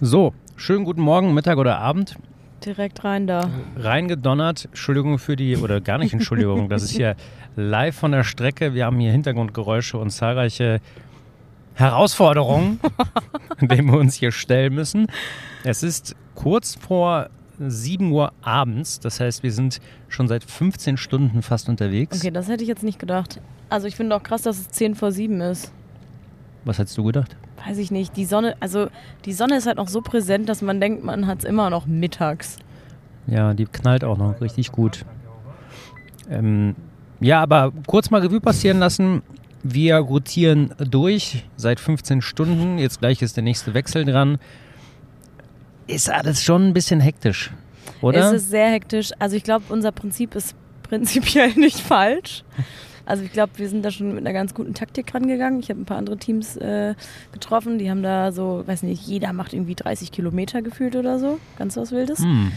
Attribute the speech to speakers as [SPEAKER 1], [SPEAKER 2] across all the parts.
[SPEAKER 1] So, schönen guten Morgen, Mittag oder Abend.
[SPEAKER 2] Direkt rein da.
[SPEAKER 1] Reingedonnert. Entschuldigung für die, oder gar nicht Entschuldigung, das ist hier live von der Strecke. Wir haben hier Hintergrundgeräusche und zahlreiche Herausforderungen, denen wir uns hier stellen müssen. Es ist kurz vor 7 Uhr abends. Das heißt, wir sind schon seit 15 Stunden fast unterwegs.
[SPEAKER 2] Okay, das hätte ich jetzt nicht gedacht. Also ich finde auch krass, dass es 10 vor 7 ist.
[SPEAKER 1] Was hättest du gedacht?
[SPEAKER 2] Weiß ich nicht. Die Sonne, also die Sonne ist halt noch so präsent, dass man denkt, man hat es immer noch mittags.
[SPEAKER 1] Ja, die knallt auch noch richtig gut. Ähm, ja, aber kurz mal Revue passieren lassen. Wir rotieren durch seit 15 Stunden. Jetzt gleich ist der nächste Wechsel dran. Ist alles schon ein bisschen hektisch, oder?
[SPEAKER 2] Es ist sehr hektisch. Also ich glaube, unser Prinzip ist prinzipiell nicht falsch. Also ich glaube, wir sind da schon mit einer ganz guten Taktik rangegangen. Ich habe ein paar andere Teams äh, getroffen, die haben da so, weiß nicht, jeder macht irgendwie 30 Kilometer gefühlt oder so. Ganz was Wildes.
[SPEAKER 1] Hm.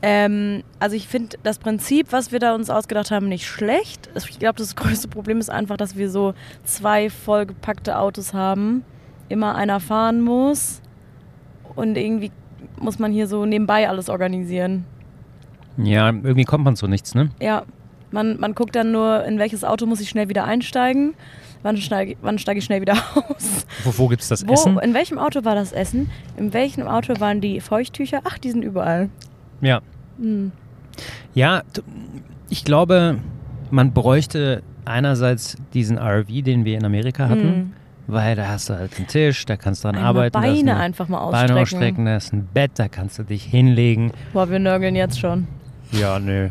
[SPEAKER 2] Ähm, also ich finde das Prinzip, was wir da uns ausgedacht haben, nicht schlecht. Ich glaube, das größte Problem ist einfach, dass wir so zwei vollgepackte Autos haben. Immer einer fahren muss. Und irgendwie muss man hier so nebenbei alles organisieren.
[SPEAKER 1] Ja, irgendwie kommt man zu nichts, ne?
[SPEAKER 2] Ja, man, man guckt dann nur, in welches Auto muss ich schnell wieder einsteigen. Wann steige, wann steige ich schnell wieder aus?
[SPEAKER 1] Wo, wo gibt es das
[SPEAKER 2] Wo,
[SPEAKER 1] Essen?
[SPEAKER 2] In welchem Auto war das Essen? In welchem Auto waren die Feuchttücher? Ach, die sind überall.
[SPEAKER 1] Ja.
[SPEAKER 2] Hm.
[SPEAKER 1] Ja, t- ich glaube, man bräuchte einerseits diesen RV, den wir in Amerika hatten,
[SPEAKER 2] Hm.
[SPEAKER 1] weil da hast du halt einen Tisch, da kannst du dran
[SPEAKER 2] Einmal
[SPEAKER 1] arbeiten. da ist
[SPEAKER 2] Beine
[SPEAKER 1] ein-
[SPEAKER 2] einfach mal ausstrecken.
[SPEAKER 1] Beine ausstrecken, da ist ein Bett, da kannst du dich hinlegen.
[SPEAKER 2] Boah, wir nörgeln jetzt schon.
[SPEAKER 1] Ja, nö.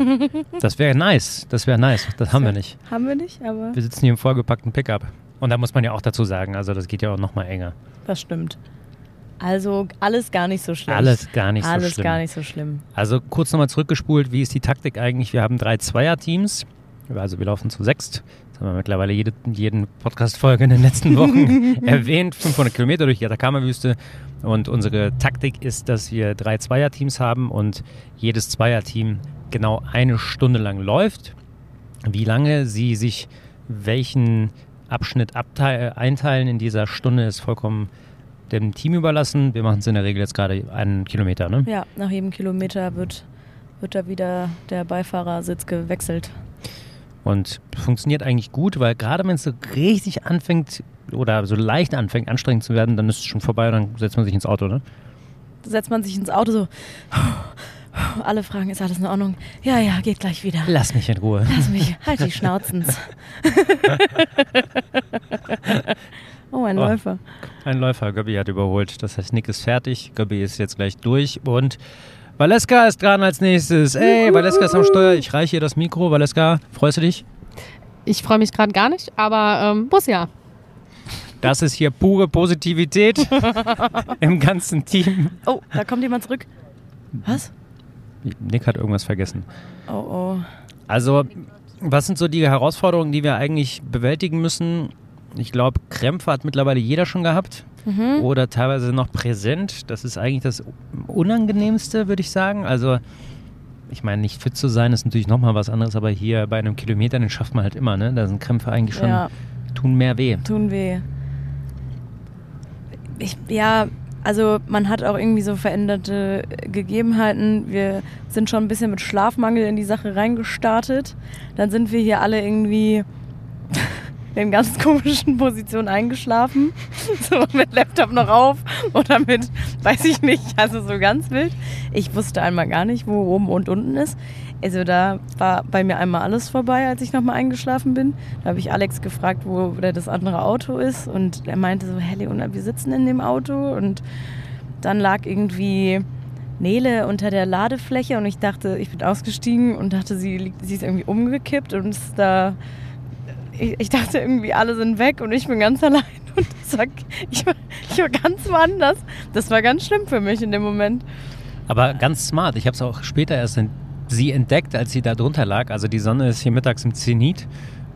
[SPEAKER 1] Das wäre nice. Das wäre nice. Das haben wir nicht.
[SPEAKER 2] Haben wir nicht, aber
[SPEAKER 1] Wir sitzen hier im vollgepackten Pickup. Und da muss man ja auch dazu sagen, also das geht ja auch nochmal enger.
[SPEAKER 2] das stimmt. Also alles gar nicht so schlecht.
[SPEAKER 1] Alles gar nicht so
[SPEAKER 2] Alles
[SPEAKER 1] schlimm.
[SPEAKER 2] gar nicht so schlimm.
[SPEAKER 1] Also kurz nochmal zurückgespult, wie ist die Taktik eigentlich? Wir haben drei Zweierteams, also wir laufen zu sechst. Das haben wir mittlerweile jede, jeden Podcast-Folge in den letzten Wochen erwähnt. 500 Kilometer durch die Atacama-Wüste. Und unsere Taktik ist, dass wir drei Zweierteams haben und jedes Zweierteam genau eine Stunde lang läuft. Wie lange sie sich welchen Abschnitt abteil, einteilen in dieser Stunde ist vollkommen dem Team überlassen. Wir machen es in der Regel jetzt gerade einen Kilometer, ne?
[SPEAKER 2] Ja, nach jedem Kilometer wird, wird da wieder der Beifahrersitz gewechselt.
[SPEAKER 1] Und funktioniert eigentlich gut, weil gerade wenn es so richtig anfängt oder so leicht anfängt, anstrengend zu werden, dann ist es schon vorbei und dann setzt man sich ins Auto, ne?
[SPEAKER 2] setzt man sich ins Auto so. Alle fragen, ist alles in Ordnung? Ja, ja, geht gleich wieder.
[SPEAKER 1] Lass mich in Ruhe.
[SPEAKER 2] Lass mich, halt die Schnauzens. oh, ein
[SPEAKER 1] Oh.
[SPEAKER 2] Läufer.
[SPEAKER 1] Ein Läufer, Göbbi hat überholt. Das heißt, Nick ist fertig, Göbbi ist jetzt gleich durch und Valeska ist dran als nächstes. Ey, Valeska ist am Steuer. Ich reiche ihr das Mikro. Valeska, freust du dich?
[SPEAKER 3] Ich freue mich gerade gar nicht, aber ähm, muss ja.
[SPEAKER 1] Das ist hier pure Positivität im ganzen Team.
[SPEAKER 2] Oh, da kommt jemand zurück. Was?
[SPEAKER 1] Nick hat irgendwas vergessen.
[SPEAKER 2] Oh, oh.
[SPEAKER 1] Also, was sind so die Herausforderungen, die wir eigentlich bewältigen müssen? Ich glaube, Krämpfe hat mittlerweile jeder schon gehabt oder teilweise noch präsent. Das ist eigentlich das Unangenehmste, würde ich sagen. Also, ich meine, nicht fit zu sein ist natürlich nochmal was anderes, aber hier bei einem Kilometer, den schafft man halt immer. Ne? Da sind Krämpfe eigentlich schon,
[SPEAKER 2] Ja.
[SPEAKER 1] tun mehr weh.
[SPEAKER 2] Tun weh. Ich, ja, also man hat auch irgendwie so veränderte Gegebenheiten. Wir sind schon ein bisschen mit Schlafmangel in die Sache reingestartet. Dann sind wir hier alle irgendwie in ganz komischen Positionen eingeschlafen. So mit Laptop noch auf oder mit, weiß ich nicht, also so ganz wild. Ich wusste einmal gar nicht, wo oben und unten ist. Also da war bei mir einmal alles vorbei, als ich nochmal eingeschlafen bin. Da habe ich Alex gefragt, wo da das andere Auto ist. Und er meinte so, hey Leona, wir sitzen in dem Auto. Und dann lag irgendwie Nele unter der Ladefläche und ich dachte, ich bin ausgestiegen und dachte, sie, liegt, sie ist irgendwie umgekippt und ist da... Ich, ich dachte irgendwie, alle sind weg und ich bin ganz allein. Und das war, ich, war, ich war ganz woanders. Das war ganz schlimm für mich in dem Moment.
[SPEAKER 1] Aber ganz smart. Ich habe es auch später erst ent sie entdeckt, als sie da drunter lag. Also die Sonne ist hier mittags im Zenit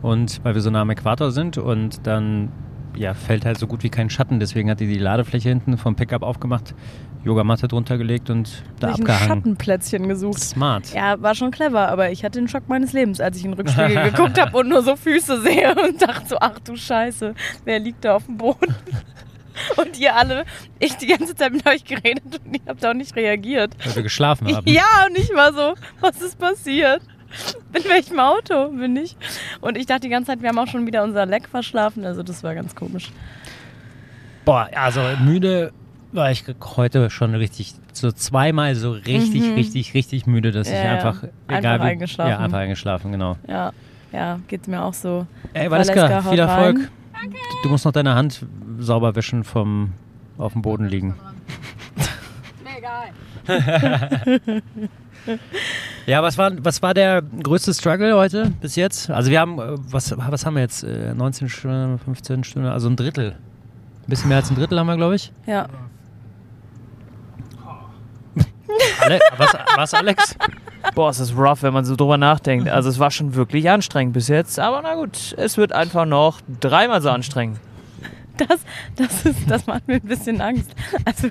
[SPEAKER 1] und weil wir so nah am Äquator sind und dann ja, fällt halt so gut wie kein Schatten. Deswegen hat die die Ladefläche hinten vom Pickup aufgemacht, Yogamatte drunter gelegt und da
[SPEAKER 2] Hab ich ein
[SPEAKER 1] abgehangen.
[SPEAKER 2] Schattenplätzchen gesucht.
[SPEAKER 1] Smart.
[SPEAKER 2] Ja, war schon clever, aber ich hatte den Schock meines Lebens, als ich in den Rückspiegel geguckt habe und nur so Füße sehe und dachte so, ach du Scheiße, wer liegt da auf dem Boden? Und ihr alle, ich die ganze Zeit mit euch geredet und ihr habt auch nicht reagiert.
[SPEAKER 1] weil wir geschlafen haben.
[SPEAKER 2] Ja, und ich war so, was ist passiert? In welchem Auto bin ich? Und ich dachte die ganze Zeit, wir haben auch schon wieder unser Leck verschlafen. Also das war ganz komisch.
[SPEAKER 1] Boah, also müde war ich heute schon richtig, so zweimal so richtig,
[SPEAKER 2] Mhm.
[SPEAKER 1] richtig, richtig müde, dass
[SPEAKER 2] Ja,
[SPEAKER 1] ich
[SPEAKER 2] ja.
[SPEAKER 1] einfach, egal
[SPEAKER 2] Einfach
[SPEAKER 1] wie,
[SPEAKER 2] eingeschlafen.
[SPEAKER 1] Ja, einfach eingeschlafen, genau.
[SPEAKER 2] Ja, ja, geht's mir auch so.
[SPEAKER 1] Ey,
[SPEAKER 2] Valeska,
[SPEAKER 1] Valeska, viel
[SPEAKER 2] haut
[SPEAKER 1] Erfolg.
[SPEAKER 2] rein.
[SPEAKER 1] Du musst noch deine Hand sauber wischen vom auf dem Boden liegen.
[SPEAKER 3] Ist mir egal.
[SPEAKER 1] Ja, was war, was war der größte Struggle heute bis jetzt? Also wir haben, äh, was, was haben wir jetzt? Äh, 19 Stunden, 15 Stunden, also ein Drittel. Ein bisschen mehr als ein Drittel haben wir, glaube ich.
[SPEAKER 2] Ja.
[SPEAKER 1] Ale was, was, Alex?
[SPEAKER 4] Boah, es ist rough, wenn man so drüber nachdenkt. Also es war schon wirklich anstrengend bis jetzt. Aber na gut, es wird einfach noch dreimal so anstrengend.
[SPEAKER 2] Das, das, ist, das macht mir ein bisschen Angst. Also,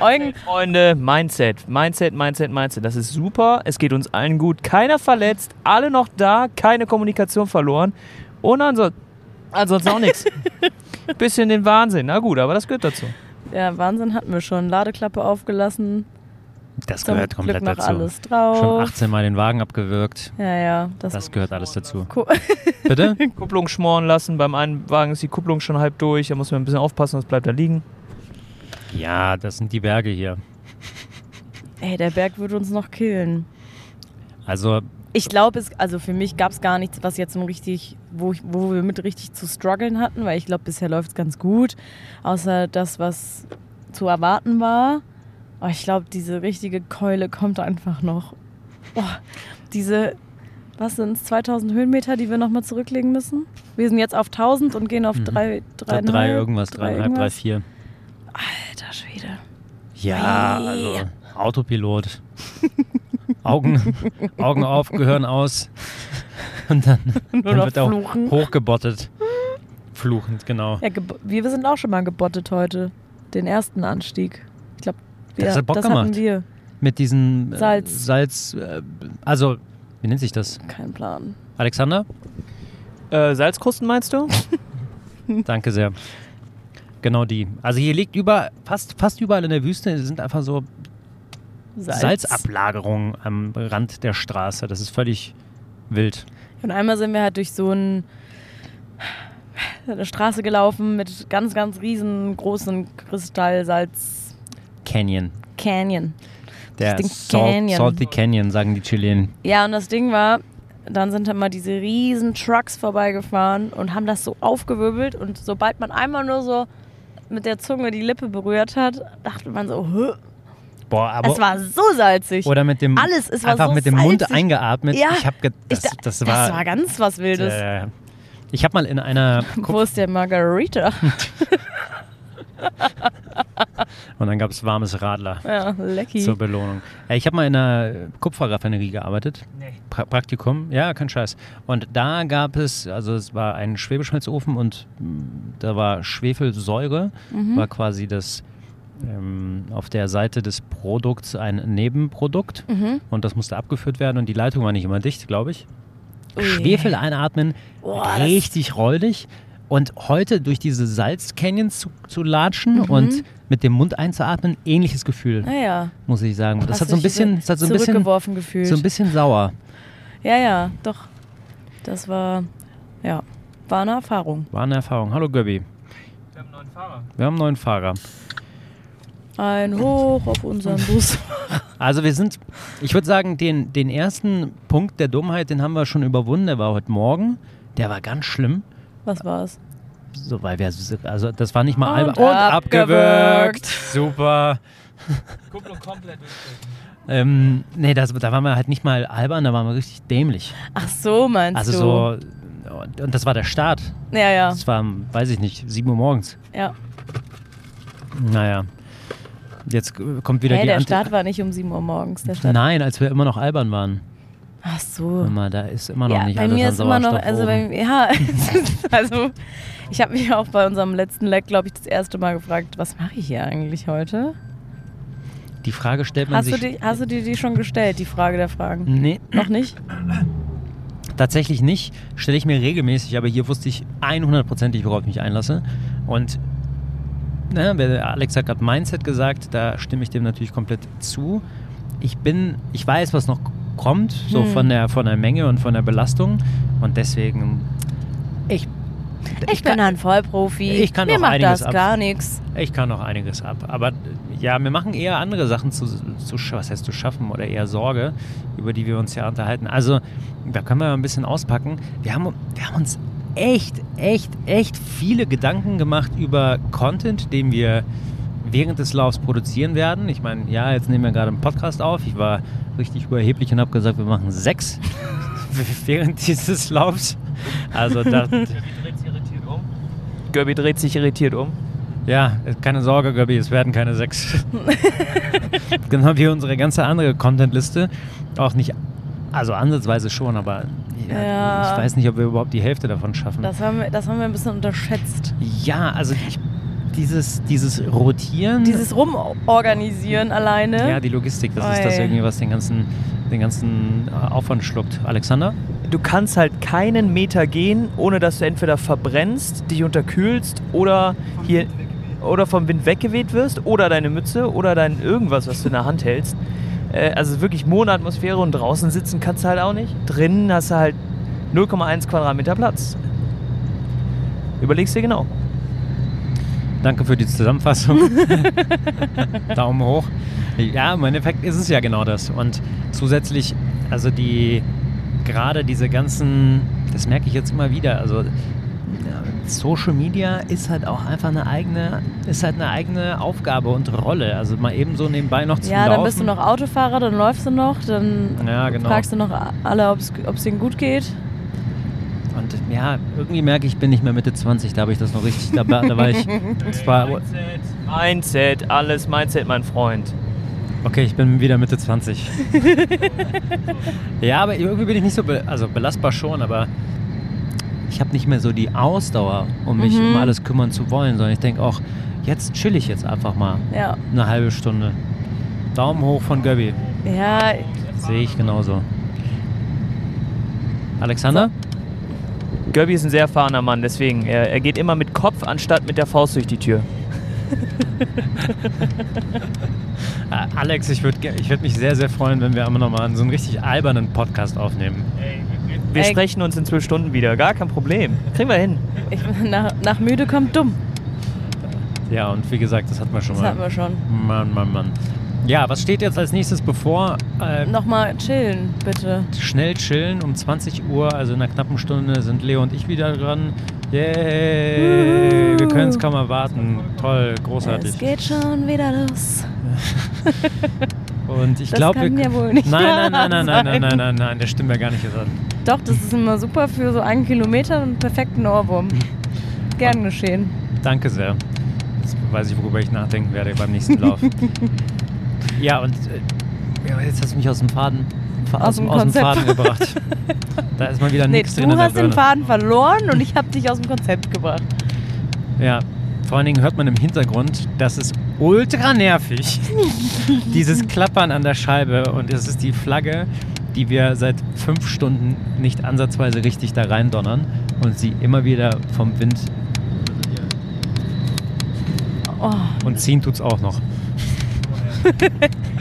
[SPEAKER 2] Eugen,
[SPEAKER 4] Freunde, Mindset, Mindset, Mindset, Mindset. Das ist super. Es geht uns allen gut. Keiner verletzt, alle noch da, keine Kommunikation verloren. Und anso ansonsten auch nichts. Bisschen den Wahnsinn. Na gut, aber das gehört dazu.
[SPEAKER 2] ja, Wahnsinn hatten wir schon. Ladeklappe aufgelassen.
[SPEAKER 1] Das
[SPEAKER 2] Zum
[SPEAKER 1] gehört
[SPEAKER 2] Glück
[SPEAKER 1] komplett
[SPEAKER 2] noch
[SPEAKER 1] dazu.
[SPEAKER 2] alles Oh.
[SPEAKER 1] Schon
[SPEAKER 2] drauf.
[SPEAKER 1] 18 Mal den Wagen abgewürgt.
[SPEAKER 2] Ja, ja. Das,
[SPEAKER 1] Das gehört alles dazu.
[SPEAKER 2] Ko-
[SPEAKER 1] Bitte?
[SPEAKER 4] Kupplung schmoren lassen. Beim einen Wagen ist die Kupplung schon halb durch. Da muss man ein bisschen aufpassen, sonst bleibt er liegen.
[SPEAKER 1] Ja, das sind die Berge hier.
[SPEAKER 2] ey, der Berg wird uns noch killen.
[SPEAKER 1] Also,
[SPEAKER 2] Ich glaube, es, also für mich gab es gar nichts, was jetzt so richtig, wo, ich, wo wir mit richtig zu strugglen hatten, weil ich glaube, bisher läuft es ganz gut. Außer das, was zu erwarten war. Aber ich glaube, diese richtige Keule kommt einfach noch. Boah, diese, was sind es, 2000 Höhenmeter, die wir nochmal zurücklegen müssen? Wir sind jetzt auf 1000 und gehen auf
[SPEAKER 1] Mhm.
[SPEAKER 2] drei,
[SPEAKER 1] drei,
[SPEAKER 2] drei,
[SPEAKER 1] irgendwas, dreieinhalb, drei, vier.
[SPEAKER 2] Alter Schwede.
[SPEAKER 1] Ja, also Autopilot. Augen, Augen auf, Gehirn aus. Und dann, dann
[SPEAKER 2] noch
[SPEAKER 1] wird auch
[SPEAKER 2] fluchen.
[SPEAKER 1] hochgebottet. Fluchend, genau.
[SPEAKER 2] Ja, gebo- wir wir sind auch schon mal gebottet heute. Den ersten Anstieg. Ich glaube,
[SPEAKER 1] Das hat Bock
[SPEAKER 2] das
[SPEAKER 1] gemacht.
[SPEAKER 2] hatten wir.
[SPEAKER 1] Mit diesem äh,
[SPEAKER 2] Salz.
[SPEAKER 1] Salz äh, also, wie nennt sich das?
[SPEAKER 2] Kein Plan.
[SPEAKER 1] Alexander?
[SPEAKER 4] Äh, Salzkrusten meinst du?
[SPEAKER 1] Danke sehr. Genau die. Also hier liegt über, fast, fast überall in der Wüste sind einfach so Salzablagerungen am Rand der Straße. Das ist völlig wild.
[SPEAKER 2] Und einmal sind wir halt durch so ein, eine Straße gelaufen mit ganz, ganz riesengroßen Kristallsalz
[SPEAKER 1] Canyon.
[SPEAKER 2] Canyon.
[SPEAKER 1] Der
[SPEAKER 2] Richtigen
[SPEAKER 1] Salt,
[SPEAKER 2] Canyon.
[SPEAKER 1] Salty Canyon, sagen die Chilenen.
[SPEAKER 2] Ja, und das Ding war, dann sind immer diese riesen Trucks vorbeigefahren und haben das so aufgewirbelt und sobald man einmal nur so mit der Zunge die Lippe berührt hat, dachte man so, "Hö."
[SPEAKER 1] Boah, aber
[SPEAKER 2] es war so salzig.
[SPEAKER 1] oder mit dem
[SPEAKER 2] Alles, es war
[SPEAKER 1] einfach
[SPEAKER 2] so
[SPEAKER 1] mit dem Mund
[SPEAKER 2] salzig.
[SPEAKER 1] eingeatmet.
[SPEAKER 2] Ja,
[SPEAKER 1] ich habe
[SPEAKER 2] Ich
[SPEAKER 1] das,
[SPEAKER 2] da-
[SPEAKER 1] das
[SPEAKER 2] das
[SPEAKER 1] war,
[SPEAKER 2] war ganz was Wildes.
[SPEAKER 1] äh, ich habe mal in einer
[SPEAKER 2] Wo ist der Margarita?
[SPEAKER 1] und dann gab es warmes Radler
[SPEAKER 2] ja, lecky.
[SPEAKER 1] zur Belohnung. Äh, Ich habe mal in einer Kupferraffinerie gearbeitet. Pra Praktikum, ja, kein Scheiß. Und da gab es, also es war ein Schwebeschmelzofen und mh, da war Schwefelsäure,
[SPEAKER 2] Mhm.
[SPEAKER 1] war quasi das ähm, auf der Seite des Produkts ein Nebenprodukt
[SPEAKER 2] Mhm.
[SPEAKER 1] und das musste abgeführt werden und die Leitung war nicht immer dicht, glaube ich.
[SPEAKER 2] Ui.
[SPEAKER 1] Schwefel einatmen,
[SPEAKER 2] Boah, das-
[SPEAKER 1] richtig räudig. Und heute durch diese Salzcanyons zu, zu
[SPEAKER 2] Mhm.
[SPEAKER 1] latschen und mit dem Mund einzuatmen, ähnliches Gefühl,
[SPEAKER 2] Naja.
[SPEAKER 1] muss ich sagen. Das
[SPEAKER 2] Hast
[SPEAKER 1] hat so ein
[SPEAKER 2] dich
[SPEAKER 1] bisschen, das hat so ein bisschen,
[SPEAKER 2] zurückgeworfen gefühlt.
[SPEAKER 1] so ein bisschen sauer.
[SPEAKER 2] ja, ja, doch. Das war, ja, war eine Erfahrung.
[SPEAKER 1] War eine Erfahrung. Hallo Göbi,
[SPEAKER 4] Wir haben einen neuen Fahrer.
[SPEAKER 1] wir haben einen neuen Fahrer.
[SPEAKER 2] Ein Hoch auf unseren Bus.
[SPEAKER 1] Also wir sind, ich würde sagen, den, den ersten Punkt der Dummheit, den haben wir schon überwunden. Der war heute Morgen. Der war ganz schlimm.
[SPEAKER 2] Was war's?
[SPEAKER 1] So, weil wir, also das war nicht mal
[SPEAKER 2] Und
[SPEAKER 1] albern.
[SPEAKER 2] abgewürgt.
[SPEAKER 1] Super.
[SPEAKER 4] Kupplung komplett durchgezogen.
[SPEAKER 1] Ähm, nee, das, da waren wir halt nicht mal albern, da waren wir richtig dämlich.
[SPEAKER 2] Ach so, meinst
[SPEAKER 1] Also
[SPEAKER 2] du?
[SPEAKER 1] so, und, und das war der Start.
[SPEAKER 2] Ja, ja,
[SPEAKER 1] Das war, weiß ich nicht, 7 Uhr morgens.
[SPEAKER 2] ja.
[SPEAKER 1] Naja. Jetzt äh, kommt wieder
[SPEAKER 2] Hey,
[SPEAKER 1] die
[SPEAKER 2] der
[SPEAKER 1] Anti-
[SPEAKER 2] Start war nicht um 7 Uhr morgens. Der Start.
[SPEAKER 1] Nein, als wir immer noch albern waren.
[SPEAKER 2] Ach so.
[SPEAKER 1] Immer, da ist immer noch
[SPEAKER 2] Ja,
[SPEAKER 1] nicht
[SPEAKER 2] bei
[SPEAKER 1] alles
[SPEAKER 2] mir
[SPEAKER 1] an
[SPEAKER 2] ist immer noch,
[SPEAKER 1] Sauerstoff
[SPEAKER 2] also bei
[SPEAKER 1] oben.
[SPEAKER 2] mir, ja, also ich habe mich auch bei unserem letzten Leck, glaube ich, das erste Mal gefragt, was mache ich hier eigentlich heute?
[SPEAKER 1] Die Frage stellt man
[SPEAKER 2] Hast du,
[SPEAKER 1] sich.
[SPEAKER 2] die, hast du dir die schon gestellt, die Frage der Fragen?
[SPEAKER 1] nee,
[SPEAKER 2] Noch nicht?
[SPEAKER 1] tatsächlich nicht. Stelle ich mir regelmäßig, aber hier wusste ich 100%, worauf ich mich einlasse. Und ne, wer- Alex hat gerade Mindset gesagt, da stimme ich dem natürlich komplett zu. Ich bin, ich weiß, was noch kommt, so
[SPEAKER 2] Hm.
[SPEAKER 1] von, der, von der Menge und von der Belastung. Und deswegen, ich,
[SPEAKER 2] Ich bin ein Vollprofi.
[SPEAKER 1] Ich kann
[SPEAKER 2] Mir
[SPEAKER 1] auch
[SPEAKER 2] macht
[SPEAKER 1] einiges
[SPEAKER 2] das
[SPEAKER 1] ab.
[SPEAKER 2] gar nichts.
[SPEAKER 1] ich kann noch einiges ab. Aber ja, wir machen eher andere Sachen zu, zu sch- was heißt zu schaffen oder eher Sorge, über die wir uns ja unterhalten. Also, da können wir mal ein bisschen auspacken. Wir haben, wir haben uns echt, echt, echt viele Gedanken gemacht über Content, den wir während des Laufs produzieren werden. Ich meine, ja, jetzt nehmen wir gerade einen Podcast auf. Ich war richtig überheblich und habe gesagt, wir machen sechs während dieses Laufs. Also da,
[SPEAKER 4] Göbi dreht sich irritiert um.
[SPEAKER 1] ja, keine Sorge, Göbi, es werden keine sechs. genau wie unsere ganze andere Contentliste. Auch nicht, also ansatzweise schon, aber ja,
[SPEAKER 2] Ja.
[SPEAKER 1] ich weiß nicht, ob wir überhaupt die Hälfte davon schaffen.
[SPEAKER 2] Das haben, wir, das haben wir ein bisschen unterschätzt.
[SPEAKER 1] ja, also ich, dieses, dieses Rotieren.
[SPEAKER 2] Dieses Rumorganisieren alleine.
[SPEAKER 1] ja, die Logistik, das ist
[SPEAKER 2] Oi.
[SPEAKER 1] das irgendwie, was den ganzen, den ganzen äh, Aufwand schluckt. Alexander?
[SPEAKER 4] Du kannst halt keinen Meter gehen, ohne dass du entweder verbrennst, dich unterkühlst oder hier oder vom Wind weggeweht wirst oder deine Mütze oder dein irgendwas, was du in der Hand hältst. Äh, also wirklich Monatmosphäre und draußen sitzen kannst du halt auch nicht. Drinnen hast du halt 0,1 Quadratmeter Platz. Überlegst dir genau.
[SPEAKER 1] Danke für die Zusammenfassung. Daumen hoch. Ja, im Endeffekt ist es ja genau das. Und zusätzlich, also die, gerade diese ganzen, das merke ich jetzt immer wieder, also ja, Social Media ist halt auch einfach eine eigene, ist halt eine eigene Aufgabe und Rolle. Also mal eben so nebenbei noch zu
[SPEAKER 2] Ja,
[SPEAKER 1] laufen.
[SPEAKER 2] dann bist du noch Autofahrer, dann läufst du noch, dann
[SPEAKER 1] Ja, genau.
[SPEAKER 2] fragst du noch alle, ob es denen gut geht.
[SPEAKER 1] Und ja, irgendwie merke ich, ich bin nicht mehr Mitte 20, da habe ich das noch richtig, da, da war ich, das war,
[SPEAKER 4] Mindset, alles Mindset, mein Freund.
[SPEAKER 1] Okay, ich bin wieder Mitte 20. ja, aber irgendwie bin ich nicht so, be also belastbar schon, aber ich habe nicht mehr so die Ausdauer, um mich
[SPEAKER 2] Mhm.
[SPEAKER 1] um alles kümmern zu wollen, sondern ich denke auch, jetzt chill ich jetzt einfach mal
[SPEAKER 2] Ja,
[SPEAKER 1] eine halbe Stunde. Daumen hoch von Göbi,
[SPEAKER 2] ja
[SPEAKER 1] sehe ich genauso. Alexander?
[SPEAKER 4] Göbi ist ein sehr erfahrener Mann, deswegen. Er, er geht immer mit Kopf anstatt mit der Faust durch die Tür.
[SPEAKER 1] Äh, Alex, ich würde ich würd mich sehr, sehr freuen, wenn wir einmal nochmal so einen richtig albernen Podcast aufnehmen.
[SPEAKER 4] Wir
[SPEAKER 2] Ey.
[SPEAKER 4] sprechen uns in zwölf Stunden wieder. Gar kein Problem. Kriegen wir hin.
[SPEAKER 2] ich, nach, nach müde kommt dumm.
[SPEAKER 1] Ja, und wie gesagt, das hatten wir schon
[SPEAKER 2] Das
[SPEAKER 1] mal.
[SPEAKER 2] hatten wir schon.
[SPEAKER 1] Mann, Mann, Mann. Ja, was steht jetzt als nächstes bevor? Äh,
[SPEAKER 2] Nochmal chillen, bitte.
[SPEAKER 1] schnell chillen. Um 20 Uhr, also in einer knappen Stunde, sind Leo und ich wieder dran. Yay! Wir können es kaum erwarten. Toll,
[SPEAKER 2] Es
[SPEAKER 1] großartig.
[SPEAKER 2] geht schon wieder los.
[SPEAKER 1] Und ich
[SPEAKER 2] Das
[SPEAKER 1] glaube,
[SPEAKER 2] kann ja wohl nicht
[SPEAKER 1] Nein, nein, nein, nein, nein, nein,
[SPEAKER 2] wahr
[SPEAKER 1] nein,
[SPEAKER 2] sein.
[SPEAKER 1] nein, nein, das stimmt ja gar nicht jetzt an.
[SPEAKER 2] Doch, das ist immer super für so einen Kilometer und einen perfekten Ohrwurm. Gern geschehen.
[SPEAKER 1] Danke sehr. Jetzt weiß ich, worüber ich nachdenken werde beim nächsten Lauf. ja, und äh, ja, jetzt hast du mich aus dem Faden, fa-
[SPEAKER 2] Aus dem
[SPEAKER 1] aus dem
[SPEAKER 2] Konzept.
[SPEAKER 1] Faden gebracht. Da ist mal wieder
[SPEAKER 2] Nee,
[SPEAKER 1] nichts drin.
[SPEAKER 2] du
[SPEAKER 1] in der
[SPEAKER 2] hast den
[SPEAKER 1] Birne.
[SPEAKER 2] Faden verloren und ich habe dich aus dem Konzept gebracht.
[SPEAKER 1] Ja, vor allen Dingen hört man im Hintergrund, das ist ultra nervig. Dieses Klappern an der Scheibe und es ist die Flagge, die wir seit fünf Stunden nicht ansatzweise richtig da reindonnern und sie immer wieder vom Wind
[SPEAKER 2] Oh,
[SPEAKER 1] und ziehen tut's auch noch.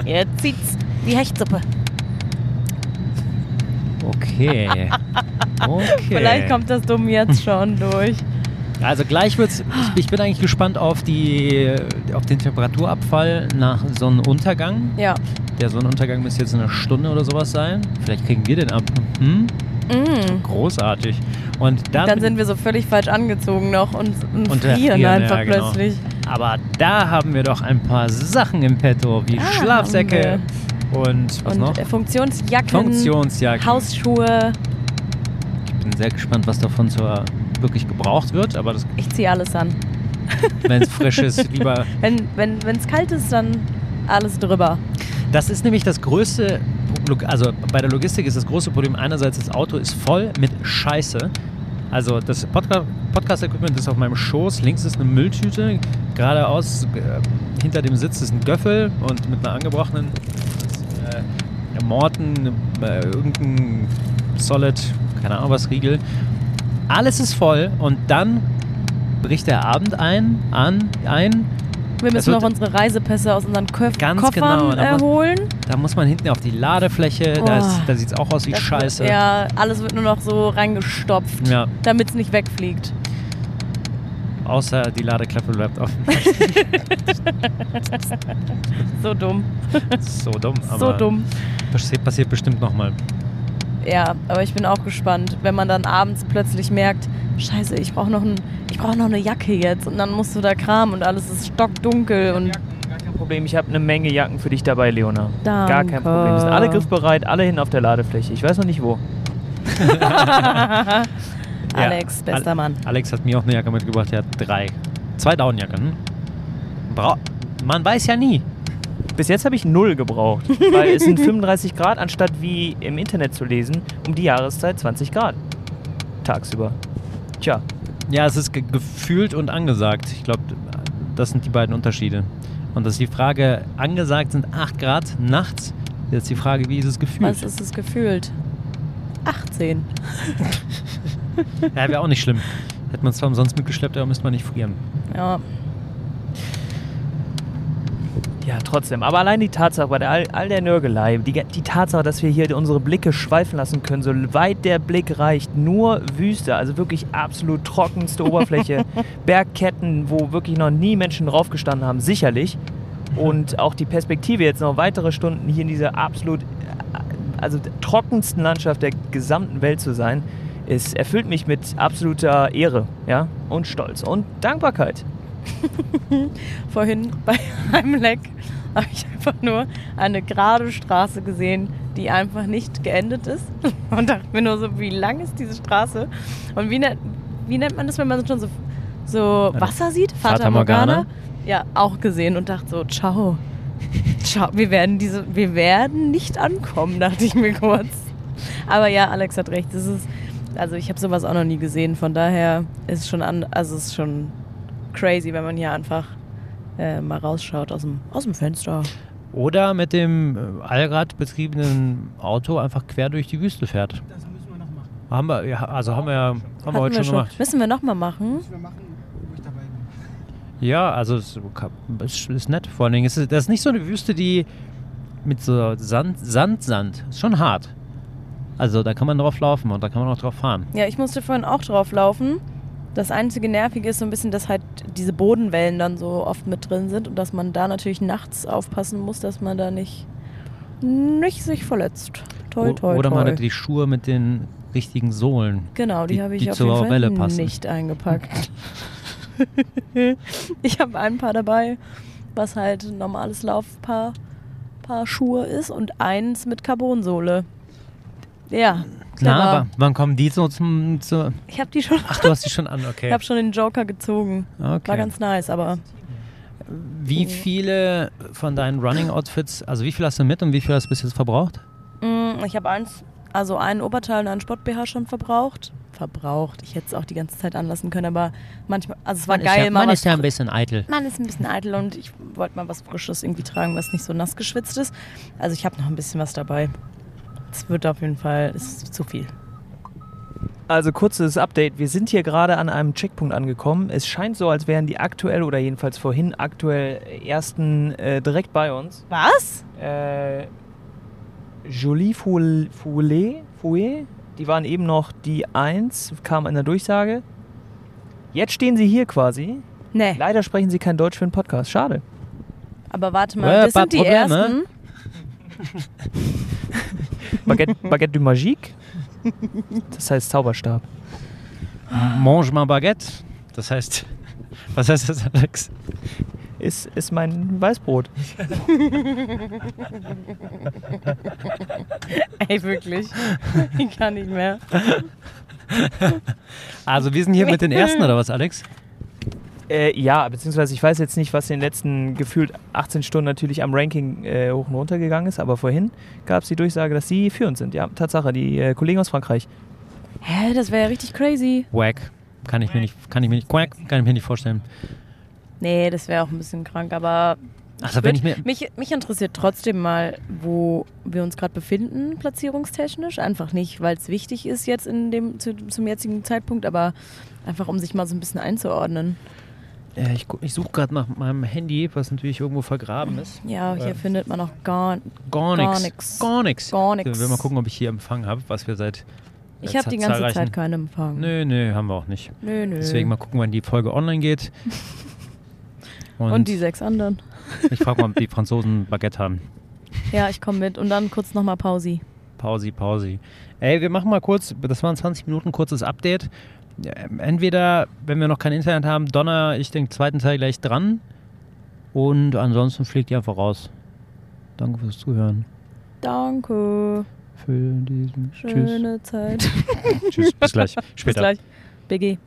[SPEAKER 2] jetzt zieht's die Hechtsuppe.
[SPEAKER 1] Okay. okay.
[SPEAKER 2] Vielleicht kommt das Dumm
[SPEAKER 1] Hm.
[SPEAKER 2] jetzt schon durch.
[SPEAKER 1] Also gleich wird's. Ich, ich bin eigentlich gespannt auf die, auf den Temperaturabfall nach Sonnenuntergang.
[SPEAKER 2] Ja.
[SPEAKER 1] Der Sonnenuntergang müsste jetzt in einer Stunde oder sowas sein. Vielleicht kriegen wir den ab. Hm?
[SPEAKER 2] Mm.
[SPEAKER 1] Großartig. Und dann,
[SPEAKER 2] Dann sind wir so völlig falsch angezogen noch und, und,
[SPEAKER 1] Und
[SPEAKER 2] frieren
[SPEAKER 1] erfrieren,
[SPEAKER 2] einfach
[SPEAKER 1] ja, genau.
[SPEAKER 2] plötzlich.
[SPEAKER 1] aber da haben wir doch ein paar Sachen im Petto, wie
[SPEAKER 2] Ah,
[SPEAKER 1] Schlafsäcke und was
[SPEAKER 2] und
[SPEAKER 1] noch?
[SPEAKER 2] äh, Funktionsjacken,
[SPEAKER 1] Funktionsjacken.
[SPEAKER 2] Hausschuhe.
[SPEAKER 1] Ich bin sehr gespannt, was davon zwar wirklich gebraucht wird, aber
[SPEAKER 2] Ich ziehe alles an.
[SPEAKER 1] wenn es frisch ist, lieber.
[SPEAKER 2] Wenn es kalt ist, dann alles drüber.
[SPEAKER 1] Das ist nämlich das größte, Log- also bei der Logistik ist das große Problem einerseits, das Auto ist voll mit Scheiße. Also das Podca- Podcast-Equipment ist auf meinem Schoß, links ist eine Mülltüte, geradeaus äh, hinter dem Sitz ist ein Göffel und mit einer angebrochenen äh, Morten, äh, irgendein Solid, keine Ahnung was, Riegel. Alles ist voll und dann bricht der Abend ein, an, ein
[SPEAKER 2] Wir müssen
[SPEAKER 1] wird-
[SPEAKER 2] noch unsere Reisepässe aus unseren Köf
[SPEAKER 1] Ganz genau,
[SPEAKER 2] Koffern
[SPEAKER 1] da
[SPEAKER 2] äh,
[SPEAKER 1] muss-
[SPEAKER 2] holen.
[SPEAKER 1] Da muss man hinten auf die Ladefläche, da, ist-
[SPEAKER 2] Boah.
[SPEAKER 1] da sieht es auch aus wie
[SPEAKER 2] Oh, Das-
[SPEAKER 1] Scheiße.
[SPEAKER 2] Ja, alles wird nur noch so reingestopft,
[SPEAKER 1] Ja,
[SPEAKER 2] damit es nicht wegfliegt.
[SPEAKER 1] außer die Ladeklappe bleibt offen.
[SPEAKER 2] So dumm,
[SPEAKER 1] So dumm, aber
[SPEAKER 2] so dumm.
[SPEAKER 1] Passiert, passiert bestimmt nochmal.
[SPEAKER 2] Ja, aber ich bin auch gespannt, wenn man dann abends plötzlich merkt, scheiße, ich brauche noch, ein, ich brauch noch eine Jacke jetzt und dann musst du da kramen und alles ist stockdunkel und
[SPEAKER 4] Gar kein Problem, ich habe eine Menge Jacken für dich dabei, Leona.
[SPEAKER 2] Danke.
[SPEAKER 4] Gar kein Problem. Wir sind alle griffbereit, alle hin auf der Ladefläche. Ich weiß noch nicht wo.
[SPEAKER 2] Alex, bester
[SPEAKER 1] Al-
[SPEAKER 2] Mann.
[SPEAKER 1] Alex hat mir auch eine Jacke mitgebracht, er hat drei. Zwei Downjacken. Bra Man weiß ja nie.
[SPEAKER 4] Bis jetzt habe ich null gebraucht, weil es sind 35 Grad, anstatt wie im Internet zu lesen, um die Jahreszeit 20 Grad. Tagsüber. Tja,
[SPEAKER 1] Ja, es ist ge gefühlt und angesagt. Ich glaube, das sind die beiden Unterschiede. Und das ist die Frage, angesagt sind 8 Grad nachts. Jetzt die Frage, wie ist es gefühlt?
[SPEAKER 2] Was ist es gefühlt? 18.
[SPEAKER 1] Ja, wäre auch nicht schlimm. Hätte man zwar umsonst mitgeschleppt, aber müsste man nicht frieren.
[SPEAKER 2] Ja,
[SPEAKER 4] ja, trotzdem. Aber allein die Tatsache, bei der, all, all der Nörgelei, die, die Tatsache, dass wir hier unsere Blicke schweifen lassen können, so weit der Blick reicht, nur Wüste, also wirklich absolut trockenste Oberfläche, Bergketten, wo wirklich noch nie Menschen draufgestanden haben, sicherlich. Und auch die Perspektive, jetzt noch weitere Stunden hier in dieser absolut, äh, also der trockensten Landschaft der gesamten Welt zu sein, es erfüllt mich mit absoluter Ehre, ja, und Stolz und Dankbarkeit.
[SPEAKER 2] vorhin bei Heimleck habe ich einfach nur eine gerade Straße gesehen, die einfach nicht geendet ist. Und dachte mir nur so, wie lang ist diese Straße? Und wie, ne, wie nennt man das, wenn man schon so, so
[SPEAKER 1] Eine
[SPEAKER 2] Wasser sieht?
[SPEAKER 1] Fata Morgana?
[SPEAKER 2] Ja, auch gesehen und dachte so, ciao. Ciao, wir werden, diese, wir werden nicht ankommen, dachte ich mir kurz. Aber ja, Alex hat recht. Das ist, also ich habe sowas auch noch nie gesehen. Von daher ist schon an, also es ist schon crazy, wenn man hier einfach äh, mal rausschaut aus dem, aus dem Fenster.
[SPEAKER 1] Oder mit dem äh, Allrad betriebenen Auto einfach quer durch die Wüste fährt. Das müssen wir noch machen. Haben wir, ja, also haben wir, ja- haben wir
[SPEAKER 2] Hatten
[SPEAKER 1] heute schon gemacht.
[SPEAKER 2] Müssen wir nochmal machen?
[SPEAKER 5] müssen wir machen, wo ich dabei bin.
[SPEAKER 1] Ja, also es ist, ist nett. Vor allen Dingen ist es- das ist nicht so eine Wüste, die mit so Sand, Sand, Sand. Ist schon hart. Also da kann man drauf laufen und da kann man auch drauf fahren.
[SPEAKER 2] Ja, ich musste vorhin auch drauf laufen. Das einzige Nervige ist so ein bisschen, dass halt diese Bodenwellen dann so oft mit drin sind und dass man da natürlich nachts aufpassen muss, dass man da nicht, nicht sich verletzt. Toi,
[SPEAKER 1] O-
[SPEAKER 2] toi,
[SPEAKER 1] Oder man
[SPEAKER 2] toi.
[SPEAKER 1] hat die Schuhe mit den richtigen Sohlen.
[SPEAKER 2] Genau, die,
[SPEAKER 1] die-
[SPEAKER 2] habe ich
[SPEAKER 1] die
[SPEAKER 2] auf
[SPEAKER 1] zur
[SPEAKER 2] jeden Fall
[SPEAKER 1] Welle passen.
[SPEAKER 2] nicht eingepackt. ich habe ein Paar dabei, was halt ein normales Laufpaar Paar Schuhe ist und eins mit Carbonsohle. Ja,
[SPEAKER 1] Na,
[SPEAKER 2] clever.
[SPEAKER 1] aber wann kommen die so zum... Zu
[SPEAKER 2] ich habe die schon,
[SPEAKER 1] Ach, du hast die schon an,
[SPEAKER 2] ich
[SPEAKER 1] okay.
[SPEAKER 2] habe schon den Joker gezogen. War
[SPEAKER 1] okay.
[SPEAKER 2] ganz nice, aber Mhm.
[SPEAKER 1] Wie viele von deinen Running-Outfits, also wie viel hast du mit und wie viel hast du bis jetzt verbraucht?
[SPEAKER 2] Mm, Ich habe eins, also einen Oberteil und einen Sport-BH schon verbraucht. Verbraucht. Ich hätte es auch die ganze Zeit anlassen können, aber manchmal, also es war geil,
[SPEAKER 1] ist ja,
[SPEAKER 2] mal
[SPEAKER 1] man
[SPEAKER 2] was.
[SPEAKER 1] ist ja ein bisschen eitel.
[SPEAKER 2] man ist ein bisschen eitel und ich wollte mal was Frisches irgendwie tragen, was nicht so nass geschwitzt ist. Also ich habe noch ein bisschen was dabei. Es wird auf jeden Fall, es ist zu viel.
[SPEAKER 4] Also kurzes Update. Wir sind hier gerade an einem Checkpunkt angekommen. Es scheint so, als wären die aktuell oder jedenfalls vorhin aktuell ersten äh, direkt bei uns.
[SPEAKER 2] Was?
[SPEAKER 4] Äh, Jolie Foul- Foulet, Fouet, die waren eben noch die 1, kam in der Durchsage. Jetzt stehen sie hier quasi.
[SPEAKER 2] Nee,
[SPEAKER 4] Leider sprechen sie kein Deutsch für den Podcast. Schade.
[SPEAKER 2] aber warte
[SPEAKER 1] Äh,
[SPEAKER 2] mal, das
[SPEAKER 1] paar
[SPEAKER 2] sind die
[SPEAKER 1] Probleme.
[SPEAKER 2] ersten.
[SPEAKER 4] Baguette, Baguette du Magique. Das heißt Zauberstab.
[SPEAKER 1] Mange ma baguette. Das heißt, was heißt das, Alex?
[SPEAKER 4] Ist, ist mein Weißbrot.
[SPEAKER 2] Ey, wirklich. Ich kann nicht mehr.
[SPEAKER 1] Also wir sind hier mit den ersten oder was, Alex?
[SPEAKER 4] Äh, ja, beziehungsweise ich weiß jetzt nicht, was in den letzten gefühlt 18 Stunden natürlich am Ranking äh, hoch und runter gegangen ist, aber vorhin gab es die Durchsage, dass sie führend sind. Ja, Tatsache, die äh, Kollegen aus Frankreich.
[SPEAKER 2] Hä, das wäre ja richtig crazy.
[SPEAKER 1] Wack. Kann ich mir nicht, kann ich mir nicht, quack, kann ich mir nicht vorstellen.
[SPEAKER 2] Nee, das wäre auch ein bisschen krank, aber
[SPEAKER 1] Also wenn ich mir,
[SPEAKER 2] mich, mich interessiert trotzdem mal, wo wir uns gerade befinden, platzierungstechnisch. Einfach nicht, weil es wichtig ist jetzt in dem, zu, zum jetzigen Zeitpunkt, aber einfach um sich mal so ein bisschen einzuordnen.
[SPEAKER 1] Äh, ich gu- ich suche gerade nach meinem Handy, was natürlich irgendwo vergraben ist.
[SPEAKER 2] Ja, hier
[SPEAKER 1] Ähm.
[SPEAKER 2] findet man auch gar,
[SPEAKER 1] Gar
[SPEAKER 2] Gar
[SPEAKER 1] nichts.
[SPEAKER 2] nix.
[SPEAKER 1] Gar nichts.
[SPEAKER 2] gar nichts.
[SPEAKER 1] Ich will mal gucken, ob ich hier Empfang habe, was wir seit. äh,
[SPEAKER 2] ich habe die ganze
[SPEAKER 1] zahlreichen-
[SPEAKER 2] Zeit keinen Empfang.
[SPEAKER 1] Nö, nö, haben wir auch nicht.
[SPEAKER 2] nö. nö.
[SPEAKER 1] Deswegen mal gucken, wann die Folge online geht. Und,
[SPEAKER 2] Und die sechs anderen.
[SPEAKER 1] ich frage mal, ob die Franzosen Baguette haben.
[SPEAKER 2] Ja, ich komme mit. Und dann kurz nochmal Pausi.
[SPEAKER 1] Pausi, Pausi. Ey, wir machen mal kurz, das waren 20 Minuten, kurzes Update. Ähm, Entweder, wenn wir noch kein Internet haben, Donner, ich denke, zweiten Teil gleich dran. Und ansonsten fliegt ihr einfach raus. Danke fürs Zuhören.
[SPEAKER 2] Danke.
[SPEAKER 1] Für diesen.
[SPEAKER 2] Schöne Zeit.
[SPEAKER 1] Tschüss. Tschüss. Bis gleich. Später.
[SPEAKER 2] Bis gleich. BG.